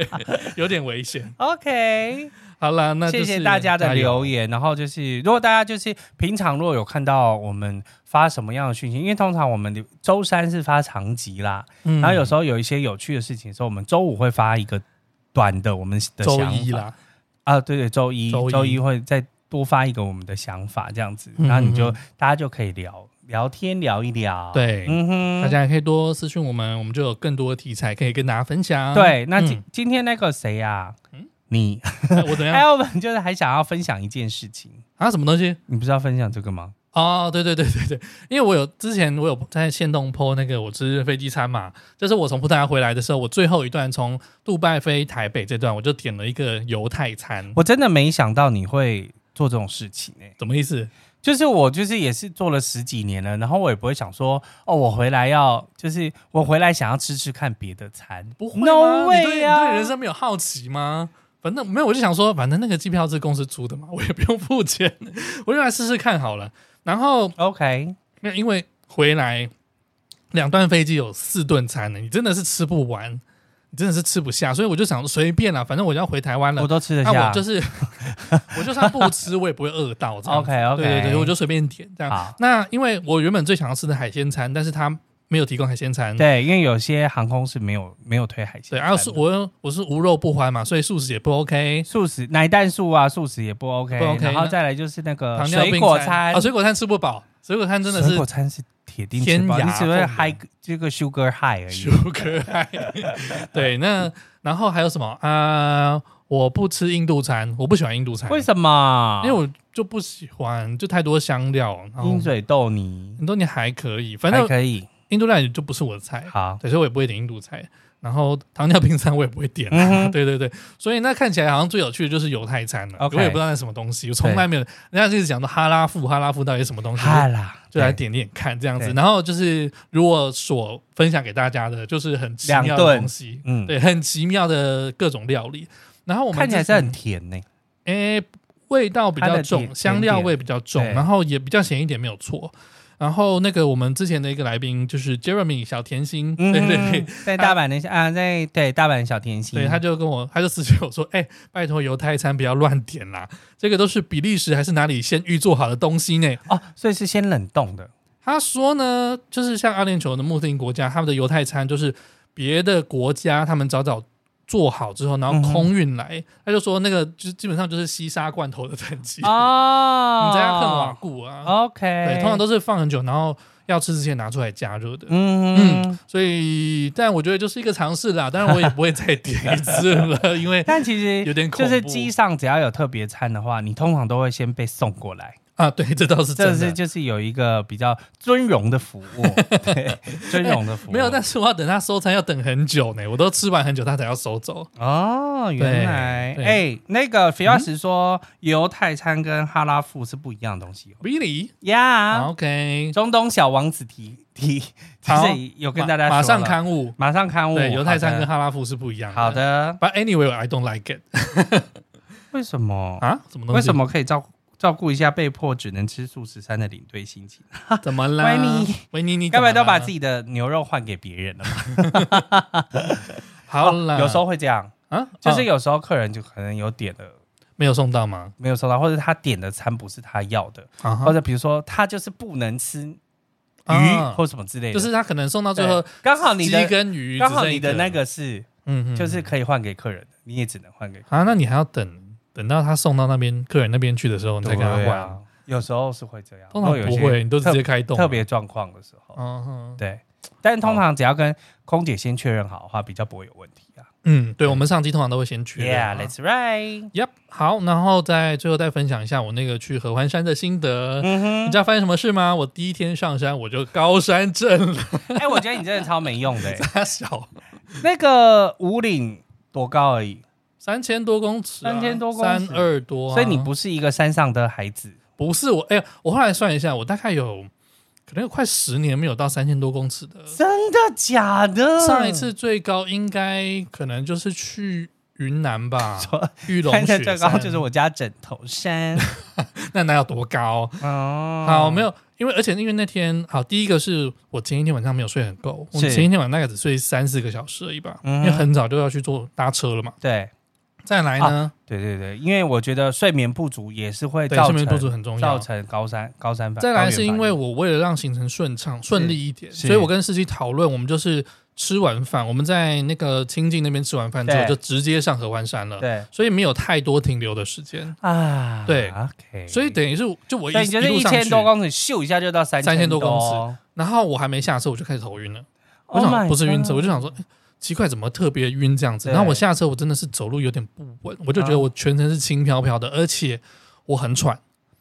S2: 有点危险。
S3: OK，
S2: 好啦，那就
S3: 谢
S2: 是
S3: 谢大家的
S2: 加油
S3: 留言。然后就是，如果大家就是平常如果有看到我们发什么样的讯息，因为通常我们周三是发长集啦，
S2: 嗯
S3: 然后有时候有一些有趣的事情的时候，我们周五会发一个短的我们的
S2: 周
S3: 想
S2: 一
S3: 法
S2: 啦，
S3: 啊，对对，周一
S2: 周一
S3: 周一会再多发一个我们的想法这样子，
S2: 嗯
S3: 然后你就
S2: 嗯
S3: 大家就可以聊聊天聊一聊，，
S2: 对，
S3: 嗯哼，
S2: 大家也可以多私讯我们，我们就有更多的题材可以跟大家分享。
S3: 对，那今、
S2: 嗯
S3: 今天那个谁呀、
S2: 嗯
S3: 你
S2: 我怎样
S3: Alvin 就是还想要分享一件事情，
S2: 啊？什么东西？
S3: 你不是要分享这个吗？
S2: 哦，对对对对对，因为我有之前我有在线动 po 那个我吃飞机餐嘛，就是我从葡萄牙回来的时候，我最后一段从杜拜飞台北这段，我就点了一个犹太餐，
S3: 我真的没想到你会做这种事情哎、
S2: 什么意思？
S3: 就是我就是也是做了十几年了，然后我也不会想说哦，我回来要就是我回来想要吃吃看别的餐，
S2: 不会
S3: no
S2: 吗你对
S3: way 啊呀、
S2: 你对人生没有好奇吗？反正没有，我就想说，反正那个机票是公司出的嘛，我也不用付钱，我就来试试看好了。然后
S3: OK，
S2: 那因为回来两段飞机有四顿餐呢，你真的是吃不完，你真的是吃不下，所以我就想随便啦，反正我就要回台湾了
S3: 我，都吃得
S2: 那、
S3: 下，
S2: 我就是 我就算不吃，我也不会饿到这样子。
S3: OK，OK
S2: 对对对，我就随便点这样。
S3: 好。
S2: 那因为我原本最想要吃的海鲜餐，但是他没有提供海鲜餐。
S3: 对，因为有些航空是没有没有推海鲜
S2: 对，
S3: 餐的，
S2: 然后素我又我是无肉不欢嘛，所以素食也不 OK。
S3: 素食奶蛋素啊，素食也不 OK，,
S2: 不 OK，
S3: 然后
S2: 那
S3: 再来就是那个
S2: 糖尿病
S3: 呃水果餐
S2: 啊，水果餐吃不饱，水果餐真的
S3: 水
S2: 是
S3: 果餐是铁定吃饱，
S2: 天涯
S3: 你只
S2: 凤
S3: 会
S2: 梨
S3: high 这个 sugar high 而已。
S2: sugar high 对，那然后还有什么啊、我不吃印度餐，我不喜欢印度餐，
S3: 为什么？
S2: 因为我就不喜欢，就太多香料。然后
S3: 鹰嘴豆泥
S2: 很多年还可以，反
S3: 还
S2: 正
S3: 可以。
S2: 印度料理就不是我的菜。
S3: 好，
S2: 对，所以我也不会点印度菜。然后糖尿病餐我也不会点、啊
S3: 嗯 哼
S2: 对对对，所以那看起来好像最有趣的就是犹太餐了。
S3: OK
S2: 我也不知道那是什么东西，我从来没有，人家一直讲到哈拉富，哈拉富到底是什么东西，
S3: 哈啦，
S2: 就来
S3: 对
S2: 点点看这样子。
S3: 对
S2: 然后就是如我所分享给大家的，就是很奇妙
S3: 两
S2: 的
S3: 顿
S2: 东西，
S3: 嗯，
S2: 对，很奇妙的各种料理。然后我们
S3: 看起来
S2: 之
S3: 是
S2: 前
S3: 很甜呢、
S2: 诶，味道比
S3: 它
S2: 较
S3: 的
S2: 重，
S3: 甜
S2: 香
S3: 甜
S2: 料
S3: 点
S2: 味比较重，
S3: 对
S2: 然后也比较咸一点，没有错。然后那个我们之前的一个来宾就是 Jeremy 小甜心，
S3: 嗯，
S2: 对对对，，
S3: 在大阪的啊，在对大阪小甜心，
S2: 对，他就跟我，他就私信我说：“哎、拜托犹太餐不要乱点啦，这个都是比利时还是哪里先预做好的东西呢。
S3: 哦，所以是先冷 冻的，”
S2: 他说呢，就是像阿联酋的穆斯林国家，他们的犹太餐就是别的国家他们早早做好之后，然
S3: 嗯
S2: 后
S3: 哼
S2: 空运来。他就说那个就基本上就是西沙罐头的等级，
S3: 哦
S2: 你在看瓦固啊，
S3: OK，
S2: 对，通常都是放很久，然后要吃之前拿出来加热的。
S3: 嗯嗯。
S2: 所以，但我觉得就是一个尝试啦，当然我也不会再点一次 了，因为
S3: 但其实
S2: 有点恐
S3: 就
S2: 怖
S3: 是机上只要有特别餐的话，你通常都会先被送过来，
S2: 啊，对，这倒是真
S3: 这
S2: 的。
S3: 是就是有一个比较尊荣的服 务，对，尊荣的服务。
S2: 哎没有，但是我要等他收餐要等很久呢，我都吃完很久，他才要收走。
S3: 哦，原来
S2: 对嗯
S3: 哎、
S2: 对
S3: 那个肥料石说、犹太餐跟哈拉富是不一样的东西哦。
S2: Really？OK，、
S3: 呀、
S2: OK
S3: 中东小王子提提，就
S2: 好
S3: 是有跟大家说
S2: 马马上
S3: 了，
S2: 刊物，
S3: 马上刊物。
S2: 对，犹太餐跟
S3: 好
S2: 哈拉夫是不一样
S3: 的
S2: 的。
S3: 好的，
S2: ，But anyway，I don't like it
S3: 为什么？
S2: 啊？什么东西？
S3: 为什？么可以照顾照顾一下被迫只能吃素食餐的领队心情？
S2: 啊怎么啦？
S3: 维尼，
S2: 维尼，你
S3: 要不然都把自
S2: 己
S3: 己的牛肉换给别人了嘛？
S2: 好了、
S3: 哦有时候会这样，
S2: 啊，
S3: 就是
S2: 哦
S3: 有时候客人就可能有点了。
S2: 没有送到吗？
S3: 没有收到，或者他点的餐不是他要的，
S2: 啊
S3: 或
S2: 哈，
S3: 者比如说他就是不能吃鱼、
S2: 啊
S3: 或什么之类的，
S2: 就是他可能送到最后
S3: 对刚好你
S2: 鸡
S3: 的
S2: 跟鱼，
S3: 刚好你的那，个是
S2: 嗯嗯，
S3: 就是可以换给客人的，你也只能换给客
S2: 啊，那你还要等等到他送到那边客人那边去的时候，
S3: 人
S2: 你再跟他
S3: 对
S2: 换。
S3: 啊，有时候是会这样，
S2: 通常
S3: 如果有
S2: 不
S3: 一些
S2: 会，你都直接
S3: 特
S2: 开动啊。哦
S3: 特别状况的时候，
S2: 嗯哼，
S3: 对。但通常只要跟空姐先确认好的话，比较不会有问题啊。
S2: 嗯，对，我们上机通常都会先确认啊。
S3: Yeah，let's right。
S2: Yep，好，然后再最后再分享一下我那个去合欢山的心得。
S3: 嗯
S2: 你知道发生什么事吗？我第一天上山我就高山症 了，
S3: 哼，哎，我觉得你真的超没用的欸。
S2: 大小
S3: 那个五岭多高而已，
S2: 三千多公尺啊、
S3: 三千多公
S2: 三
S3: 尺
S2: 二多啊、
S3: 所以你不是一个山上的孩子。
S2: 不是我？哎、呀，我后来算一下，我大概有可能有快十年没有到三千多公尺的。
S3: 真的假的？
S2: 上 一次最高应该可能就是去云南 吧，玉龙
S3: 看起来
S2: 雪
S3: 最
S2: 山。
S3: 高就是我家枕头 山。
S2: 那哪有多高？
S3: 哦，
S2: 好，没有，因为而且因为那天好，第一个是我前一天晚上没有睡很够，我
S3: 是
S2: 前一天晚上大概只睡三四个小时而已吧，
S3: 嗯
S2: 因为很早就要去坐搭车了嘛。
S3: 对
S2: 再来呢，
S3: 对对对，因因为我觉得睡眠不足也是会
S2: 对，
S3: 哎造
S2: 睡
S3: 成
S2: 眠不足很重
S3: 造
S2: 要。
S3: 成高山高山反
S2: 再来是因为
S3: 高原
S2: 我为了让行程顺畅顺利一点，
S3: 是
S2: 所以我跟司机讨论，我们就是吃完饭，我们在那个清境那边吃完饭之后，
S3: 对
S2: 就直接上合欢山了，
S3: 反应
S2: 所以没有太多停留的时间，
S3: 对啊，
S2: 对
S3: ，OK，
S2: 所以等于是就我一
S3: 所以你就是
S2: 一路
S3: 一
S2: 上去
S3: 千，多公尺，咻一下就到三
S2: 3000多公尺
S3: 尺。
S2: 然后我还没下车我就开始头晕了。我
S3: Oh
S2: 想
S3: my
S2: 不是晕车，
S3: God
S2: 我就想说，哎奇怪，怎么特别晕这样子？
S3: 对嗯
S2: 然后我下车，我真的是走路有点不稳，我就觉得我全身是轻飘飘的，而且我很喘，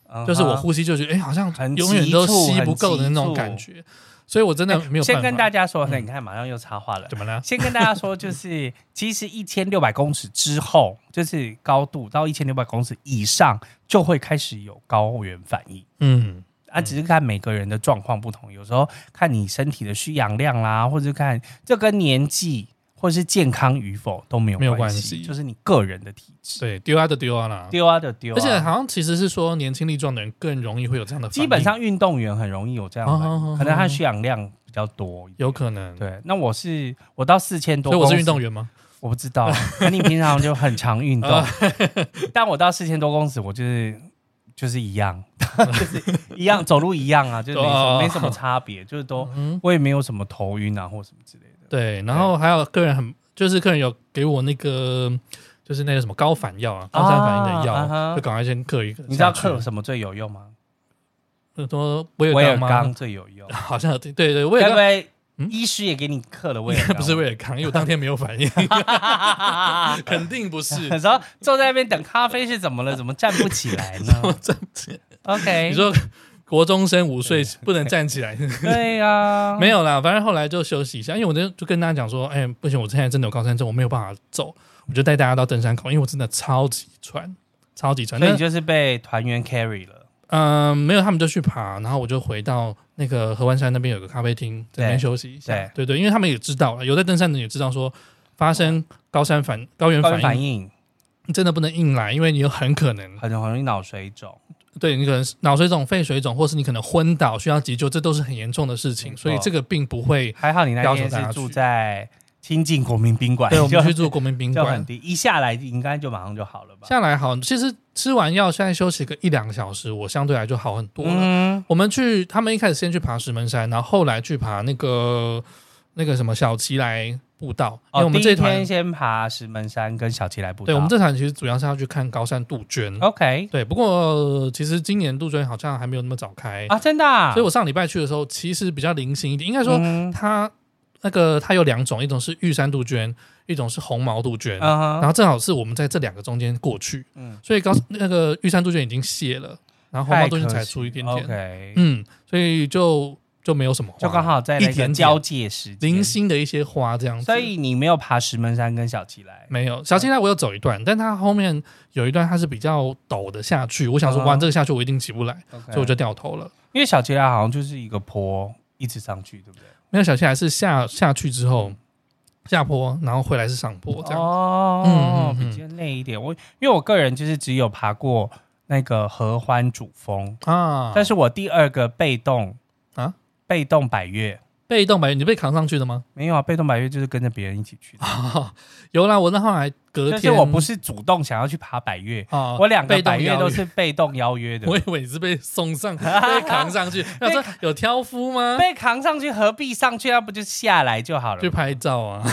S3: 嗯哼
S2: 就是我呼吸就觉得，哎，好像
S3: 很
S2: 永远
S3: 急
S2: 都
S3: 促
S2: 吸
S3: 很
S2: 不够的那
S3: 急
S2: 种
S3: 促哎
S2: 感觉，所以我真的没有办
S3: 先
S2: 法。
S3: 跟大家说，
S2: 嗯
S3: 你看马上又插话了。
S2: 怎么了？
S3: 先跟大家说，就是其实一千六百公尺之后，就是高度到一千六百公尺以上，就会开始有高原反应。
S2: 嗯，
S3: 啊，只是看每个人的状况不同，有时候看你身体的需氧量啦，或者看这跟年纪或是健康与否都没有
S2: 没有
S3: 关
S2: 关系
S3: 就是你个人的体质。
S2: 对，丢啊的丢啊啦。
S3: 丢啊就丢啊、
S2: 而且好像其实是说，年轻力壮的人更容易会有这样的反应，
S3: 基本上运动员很容易有这样的反应，
S2: 哦哦哦
S3: 可能他需氧量比较多一点。
S2: 有可能。，
S3: 对，那我是我到四千多，
S2: 所以我是运动，员吗？
S3: 我不知道。那你平常就很常运动
S2: 啊，
S3: 但我到四千多公尺，我就是就是一样， 就是一样走路一样 啊，就是没什
S2: 哦哦
S3: 么
S2: 哦
S3: 没什么差别，就是都
S2: 嗯，
S3: 我也没有什么头晕啊或什么之类的。
S2: 对。然后还有客人很，就是客人有给我那个，就是那个什么高反药啊，高山反应的药，
S3: 啊啊哈
S2: 就赶快先嗑一个。
S3: 你知道
S2: 下去
S3: 克什么最有用吗？
S2: 很多威
S3: 威
S2: 尔
S3: 尔
S2: 刚吗？
S3: 刚最有用，
S2: 好像有听对对， 威
S3: 该
S2: 尔
S3: 不
S2: 刚
S3: 会
S2: 嗯
S3: 医师也给你克了威
S2: 应
S3: 尔
S2: 该
S3: 刚？
S2: 不是威尔刚，因为我当天没有反 应，
S3: 尔
S2: 肯定不 是。
S3: 有时候坐在那边等咖啡是怎么了？怎么站不起来 呢？OK，
S2: 你说国中生五岁不能站 起来，
S3: 对啊呀，
S2: 没有啦，反正后来就休息一下，因为我就就跟大家讲说，哎，不行，我现在真的有高山症，我没有办法走，我就带大家到登山口，因为我真的超级喘，超级喘。
S3: 所以
S2: 但
S3: 你就是被团员 carry 了。
S2: 嗯、没有，他们就去爬，然后我就回到那个合欢山那边有个咖啡厅，在那边
S3: 对
S2: 休息一下。对对，因为他们也知道了，有在登山的人也知道说，发生高山反高原
S3: 高
S2: 反
S3: 原
S2: 应
S3: 反应
S2: 真的不能硬来，因为你有很可能
S3: 很容易脑水肿，
S2: 对你可能是脑水肿、肺水肿，或是你可能昏倒需要急救，这都是很严重的事
S3: 没
S2: 情。
S3: 错
S2: 所以这个并不会。
S3: 还好你那
S2: 要求
S3: 天
S2: 大家
S3: 是住
S2: 去
S3: 在清境国民宾馆，
S2: 对，我
S3: 就
S2: 们去住国民宾
S3: 就很
S2: 馆，
S3: 低，一下来应该就马上就好了吧？
S2: 下来好。其实吃完药，现在休息个一两个小时，我相对来就好很多了。
S3: 嗯，
S2: 我们去，他们一开始先去爬石门山，然后后来去爬那个那个什么小奇来步道，因为
S3: 哦，
S2: 我们
S3: 第
S2: 这
S3: 一
S2: 团
S3: 天，先爬石门山跟小奇来步道，哦
S2: 对我们这团其实主要是要去看高山杜鹃。
S3: OK
S2: 对，不过其实今年杜鹃好像还没有那么早开，
S3: 啊，真的啊，
S2: 所以我上礼拜去的时候其实比较零星一点，应该说
S3: 嗯
S2: 它那个它有两种，一种是玉山杜鹃，一种是红毛杜鹃。
S3: 嗯
S2: 然
S3: 哼，
S2: 后正好是我们在这两个中间过去，
S3: 嗯
S2: 所以高那个玉山杜鹃已经谢了，然后红
S3: 太
S2: 包都
S3: 可
S2: 是
S3: 惜
S2: 才出一点点，
S3: OK，
S2: 嗯，所以就就没有什么花，
S3: 就刚好在
S2: 一
S3: 那个
S2: 点
S3: 交
S2: 点
S3: 界时间
S2: 零星的一些花这样子，
S3: 所以你没有爬石门山跟小旗来。
S2: 没有小青菜我有走一段，但它后面有一段它是比较陡的下去，我想说
S3: 哦
S2: 哇这个下去我一定起不来，
S3: OK
S2: 所以我就掉头了。
S3: 因为小旗来好像就是一个坡，一直上去，对不对？
S2: 没有小青菜是下下去之后下坡，然后回来是上坡这样。
S3: 哦，
S2: 嗯嗯嗯
S3: 比较累一点。我因为我个人就是只有爬过那个合欢主峰，
S2: 啊！
S3: 但是我第二个被动
S2: 啊，
S3: 被动百越
S2: 被动白，你被扛上去的吗？
S3: 没有啊，被动百越就是跟着别人一起去的，
S2: 有啦，我那后来隔
S3: 就
S2: 啊天，
S3: 是我不是主动想要去爬百越，
S2: 啊，
S3: 我两个
S2: 被动
S3: 百越
S2: 邀
S3: 都是被动邀约的
S2: 我。以为你是被送上，被扛上 去。他说有挑夫吗？
S3: 被扛上去何必上去？要不就下来就好了
S2: 去。拍照啊！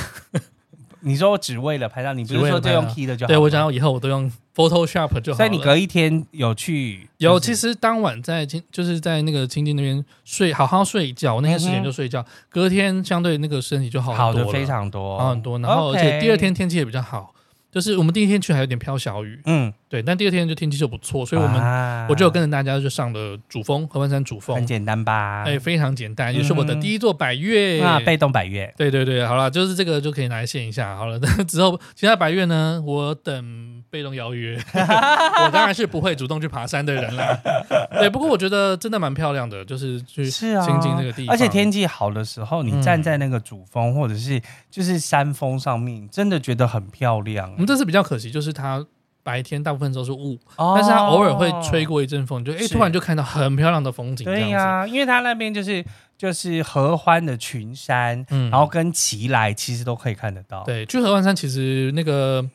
S3: 你说我只为了拍照，你不是
S2: 只为
S3: 说
S2: 了
S3: 就
S2: 拍照
S3: 用 key 的就好了
S2: 对
S3: 吗？
S2: 我想要以后我都用 Photoshop 就好了。
S3: 所以你隔一天有去？
S2: 有，
S3: 就是
S2: 其实当晚在青，就是在那个青青那边睡，好好睡觉。那天十点就睡觉，隔天相对那个身体就好
S3: 嗯好
S2: 很多
S3: 的
S2: 了
S3: 非常多，
S2: 好很多。然后而且
S3: OK
S2: 第二天，天气也比较好，就是我们第一天去还有点飘小雨，
S3: 嗯，
S2: 对，但第二天就天气就不错，所以我们、
S3: 啊
S2: 我就跟着大家就上了主峰合欢山主峰
S3: 很，简单吧？
S2: 哎，非常简单，也是我的
S3: 嗯
S2: 第一座百越。
S3: 那被动百越
S2: 对对对，好啦，就是这个就可以拿来献一下好了。 那之后其他白月呢，我等被动邀约， 我当然是不会主动去爬山的人啦。对，不过我觉得真的蛮漂亮的，就是去
S3: 是啊，
S2: 亲近这个地方，
S3: 而且天气好的时候，你
S2: 嗯
S3: 站在那个主峰或者是就是山峰上面，真的觉得很漂亮
S2: 我。们这次比较可惜，就是它白天大部分都是雾，
S3: 哦
S2: 但是它偶尔会吹，过一阵风，就哎、
S3: 是
S2: 突然就看到很漂亮的风景这样
S3: 对
S2: 子。
S3: 呀、因为它那边就是就是合欢的群山，
S2: 嗯
S3: 然后跟奇来其实都可以看得到。
S2: 对，去合欢山其实那个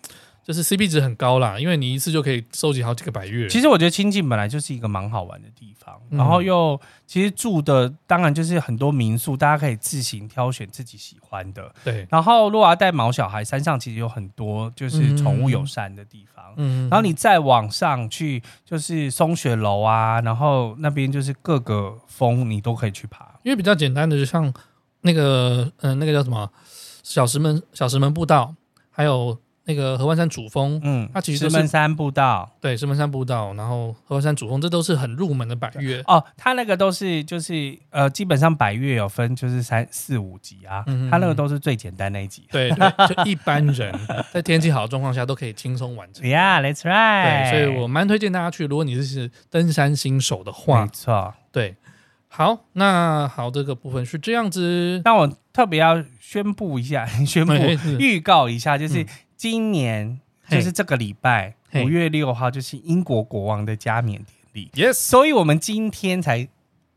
S2: 就是 CP 值很高啦，因为你一次就可以收集好几个白月。
S3: 其实我觉得清境本来就是一个蛮好玩的地方，
S2: 嗯
S3: 然后又其实住的当然就是很多民宿，大家可以自行挑选自己喜欢的。
S2: 对，
S3: 然后如果要带毛小孩，山上其实有很多就是宠物友善的地方。
S2: 嗯
S3: 然后你再往上去，就是松雪楼啊，然后那边就是各个峰你都可以去爬。
S2: 因为比较简单的，就像那个嗯、呃那个叫什么小石门小石门步道，还有那个合欢山主峰，
S3: 嗯，
S2: 它其实
S3: 石
S2: 都是
S3: 门山步道
S2: 对，石门山步道，然后合欢山主峰，这都是很入门的百越。
S3: 哦，它那个都是就是呃，基本上百越有分就是三四五级啊，
S2: 嗯嗯
S3: 它那个
S2: 嗯
S3: 都是最简单那一级。
S2: 对对，就一般 人在天气好的状况下都可以轻松完成。
S3: Yeah，that's
S2: 对，
S3: right。
S2: 所以我蛮推荐大家去，如果你是呃登山新手的
S3: 没
S2: 话，
S3: 错。
S2: 对。好，那好，这个部分是这样子。
S3: 那我特别要宣布一下， 宣布
S2: 没事
S3: 预告一下，就是
S2: 哎嗯
S3: 今年，
S2: 嘿
S3: 就是这个礼拜
S2: 嘿
S3: 五月六号，就是英国国王的加冕典礼，
S2: Yes，
S3: 所以我们今天才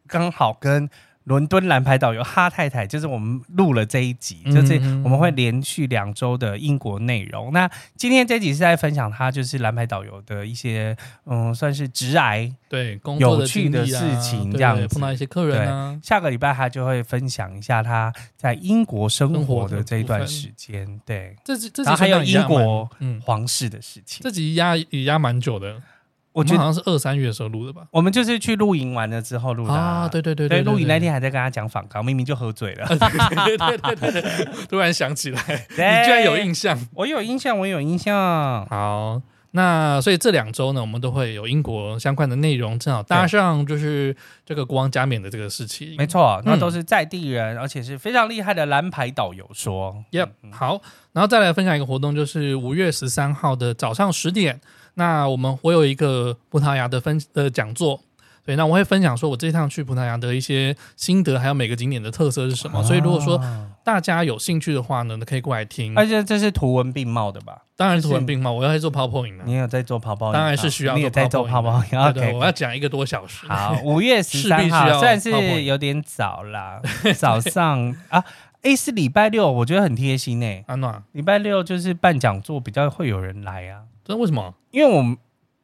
S3: 刚好跟。伦敦蓝牌导游哈太太，就是我们录了这一集，
S2: 嗯
S3: 就是我们会连续两周的英国内容。那今天这集是在分享他就是蓝牌导游的一些，嗯，算是直癌
S2: 对，工作
S3: 有趣
S2: 经
S3: 的
S2: 历啊
S3: 事情
S2: 对
S3: 这样
S2: 对
S3: 子
S2: 碰到一些客人啊，
S3: 下个礼拜他就会分享一下他在英国生活的这一段时间，对，
S2: 这这这
S3: 然后还有
S2: 集
S3: 英
S2: 算蛮
S3: 国
S2: 嗯，
S3: 皇室的事情。
S2: 这集压也压蛮久的，
S3: 我
S2: 们
S3: 觉
S2: 好
S3: 得
S2: 像是二三月的时候录的吧？
S3: 我们就是去露营完了之后录的
S2: 啊，对对对
S3: 对，
S2: 对，
S3: 露营那
S2: 对
S3: 天啊还在跟他讲访港，明明就喝醉了。
S2: 对对对对对，突然想起来，
S3: 你 居
S2: 你居然有？印象。嗯
S3: 我有印象，我有印象。
S2: 好，那所以这两周呢，我们都会有英国相关的内容，正好搭上就是这个国王加冕的这个事情。
S3: 没错，那都是在地人，而且是非常厉害的蓝牌导游说。
S2: Yep，好，然后再来分享一个活动，就是五月十三号的早上十点，那我们我有一个葡萄牙的分呃讲座。对，那我会分享说我这趟去葡萄牙的一些心得，还有每个景点的特色是
S3: 啊
S2: 什么。所以如果说大家有兴趣的话呢，可以过来听。
S3: 而且这是图文并茂的吧？
S2: 当然是图文并茂，我要去做 PowerPoint
S3: 你
S2: 呢，
S3: 也有在做泡泡，
S2: 啊嗯当然是需要
S3: 啊你也在做泡泡，
S2: 啊对对，
S3: OK，
S2: 我要讲一个多小时。
S3: 好，五月 十
S2: 势
S3: 三
S2: 必需
S3: 号，
S2: 要
S3: 虽然是
S2: PowerPoint
S3: 有点早啦， 早上啊，诶，是礼拜六，我觉得很贴心诶、
S2: 安娜，
S3: 礼拜六就是办讲座，比较会有人来啊，
S2: 这为什么？
S3: 因为我们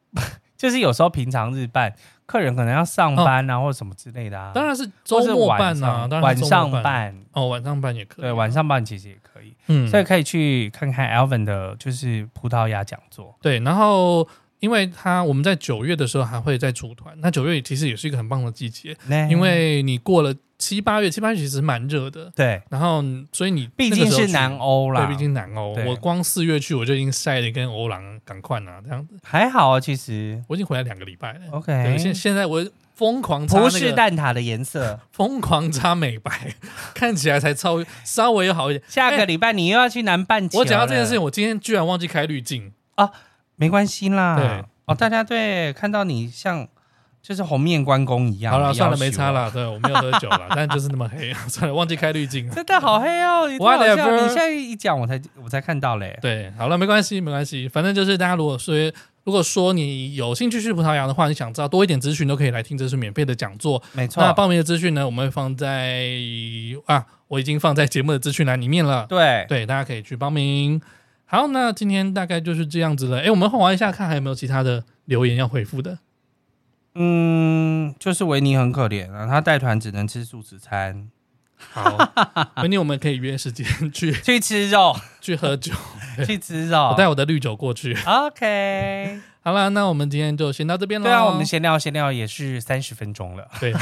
S3: 就是有时候平常日办，客人可能要上班啊，或者什么之类的
S2: 哦
S3: 啊。
S2: 当然是
S3: 或
S2: 周
S3: 是
S2: 末
S3: 晚
S2: 办啊，
S3: 上
S2: 当然
S3: 晚
S2: 是周
S3: 上
S2: 末
S3: 办，
S2: 哦，晚上办也可以。
S3: 对，晚上办其实也可以，
S2: 嗯
S3: 所以可以去看看 Alvin 的，就是葡萄牙讲座。
S2: 对，然后因为它我们在九月的时候还会再出团，那九月其实也是一个很棒的季节，
S3: 那
S2: 因为你过了七八月，七八月其实蛮热的，
S3: 对，
S2: 然后所以你
S3: 毕
S2: 那个
S3: 竟
S2: 时候
S3: 是
S2: 去
S3: 南欧啦，
S2: 对，毕竟南欧，
S3: 对
S2: 我光四月去我就已经晒得跟欧郎赶快拿这样子，
S3: 还好啊，其实
S2: 我已经回来两个礼拜了。
S3: 哦 OK
S2: 对，。现现在我疯狂擦
S3: 葡
S2: 那
S3: 式
S2: 个，
S3: 蛋挞的 颜色，
S2: 疯狂擦美白， 看起来才超稍微好一点。
S3: 下个礼拜你又要去南半球了。
S2: 我讲到这件事情，我今天居然忘记开滤镜，
S3: 没关系啦。
S2: 对，
S3: 哦，大家对看到你像就是红面关公一样。
S2: 好了，
S3: 要
S2: 算了，
S3: 求啊
S2: 没擦。了。对，我没有喝酒 了，但就是那么黑，啊算了，忘记开滤镜了。
S3: 真的好黑哦，你太好笑
S2: Whatever
S3: 你现在一讲我才我才看到嘞。
S2: 对，好了，没关系，没关系，反正就是大家如果说如果说你有兴趣去葡萄牙的话，你想知道多一点资讯，都可以来听，这是免费的讲座。
S3: 没
S2: 那
S3: 错，
S2: 报名的资讯呢，我们会放在啊，我已经放在节目的资讯栏里面了。
S3: 对
S2: 对，大家可以去报名。好，那今天大概就是这样子了。哎，我们划一下，看还有没有其他的留言要回复的。
S3: 嗯，就是维尼很可怜啊，他带团只能吃素食餐，
S2: 好，明天我们可以约时间去
S3: 去吃肉，
S2: 去喝酒。
S3: 去吃肉
S2: 我。带我啊的绿酒过去。
S3: OK，
S2: 好了，那我们今天就先到这边了。
S3: 对啊，我们闲聊闲聊也是三十分钟了。
S2: 对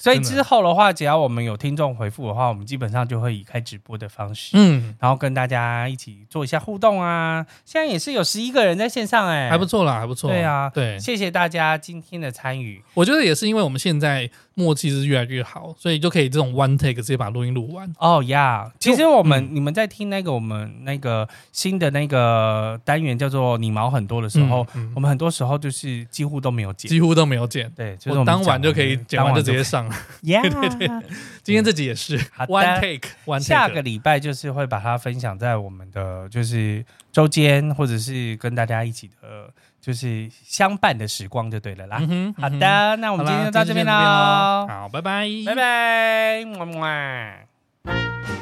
S3: 所以
S2: 真的
S3: 之后的话，只要我们有听众回复的话，我们基本上就会以开直播的方式，
S2: 嗯，
S3: 然后跟大家一起做一下互动啊。现在也是有十一个人在线上、 哎，
S2: 还不错啦，哎还不错。
S3: 对啊
S2: 对，
S3: 谢谢大家今天的参与。
S2: 我觉得也是因为我们现在默契是越来越好，所以就可以这种 one take 直接把录音录完。
S3: 哦呀，其实我
S2: 嗯
S3: 们、你们在听那个我们那个新的那个单元叫做“你毛很多”的时候，
S2: 嗯嗯
S3: 我们很多时候就是几乎都没有剪，
S2: 几乎都没有剪，
S3: 对，就是
S2: 我
S3: 们
S2: 当
S3: 讲
S2: 晚就可以剪完就直接上了。
S3: 呀。
S2: 今天这集也是
S3: 嗯好的
S2: one take one take。
S3: 下个礼拜就是会把它分享在我们的就是周间，或者是跟大家一起的，就是相伴的时光就对了啦。
S2: 嗯哼，
S3: 好
S2: 嗯哼，
S3: 的，那我
S2: 好
S3: 们
S2: 啦
S3: 今天就到这边
S2: 就
S3: 喽，
S2: 好，拜拜，
S3: 拜。拜，么么。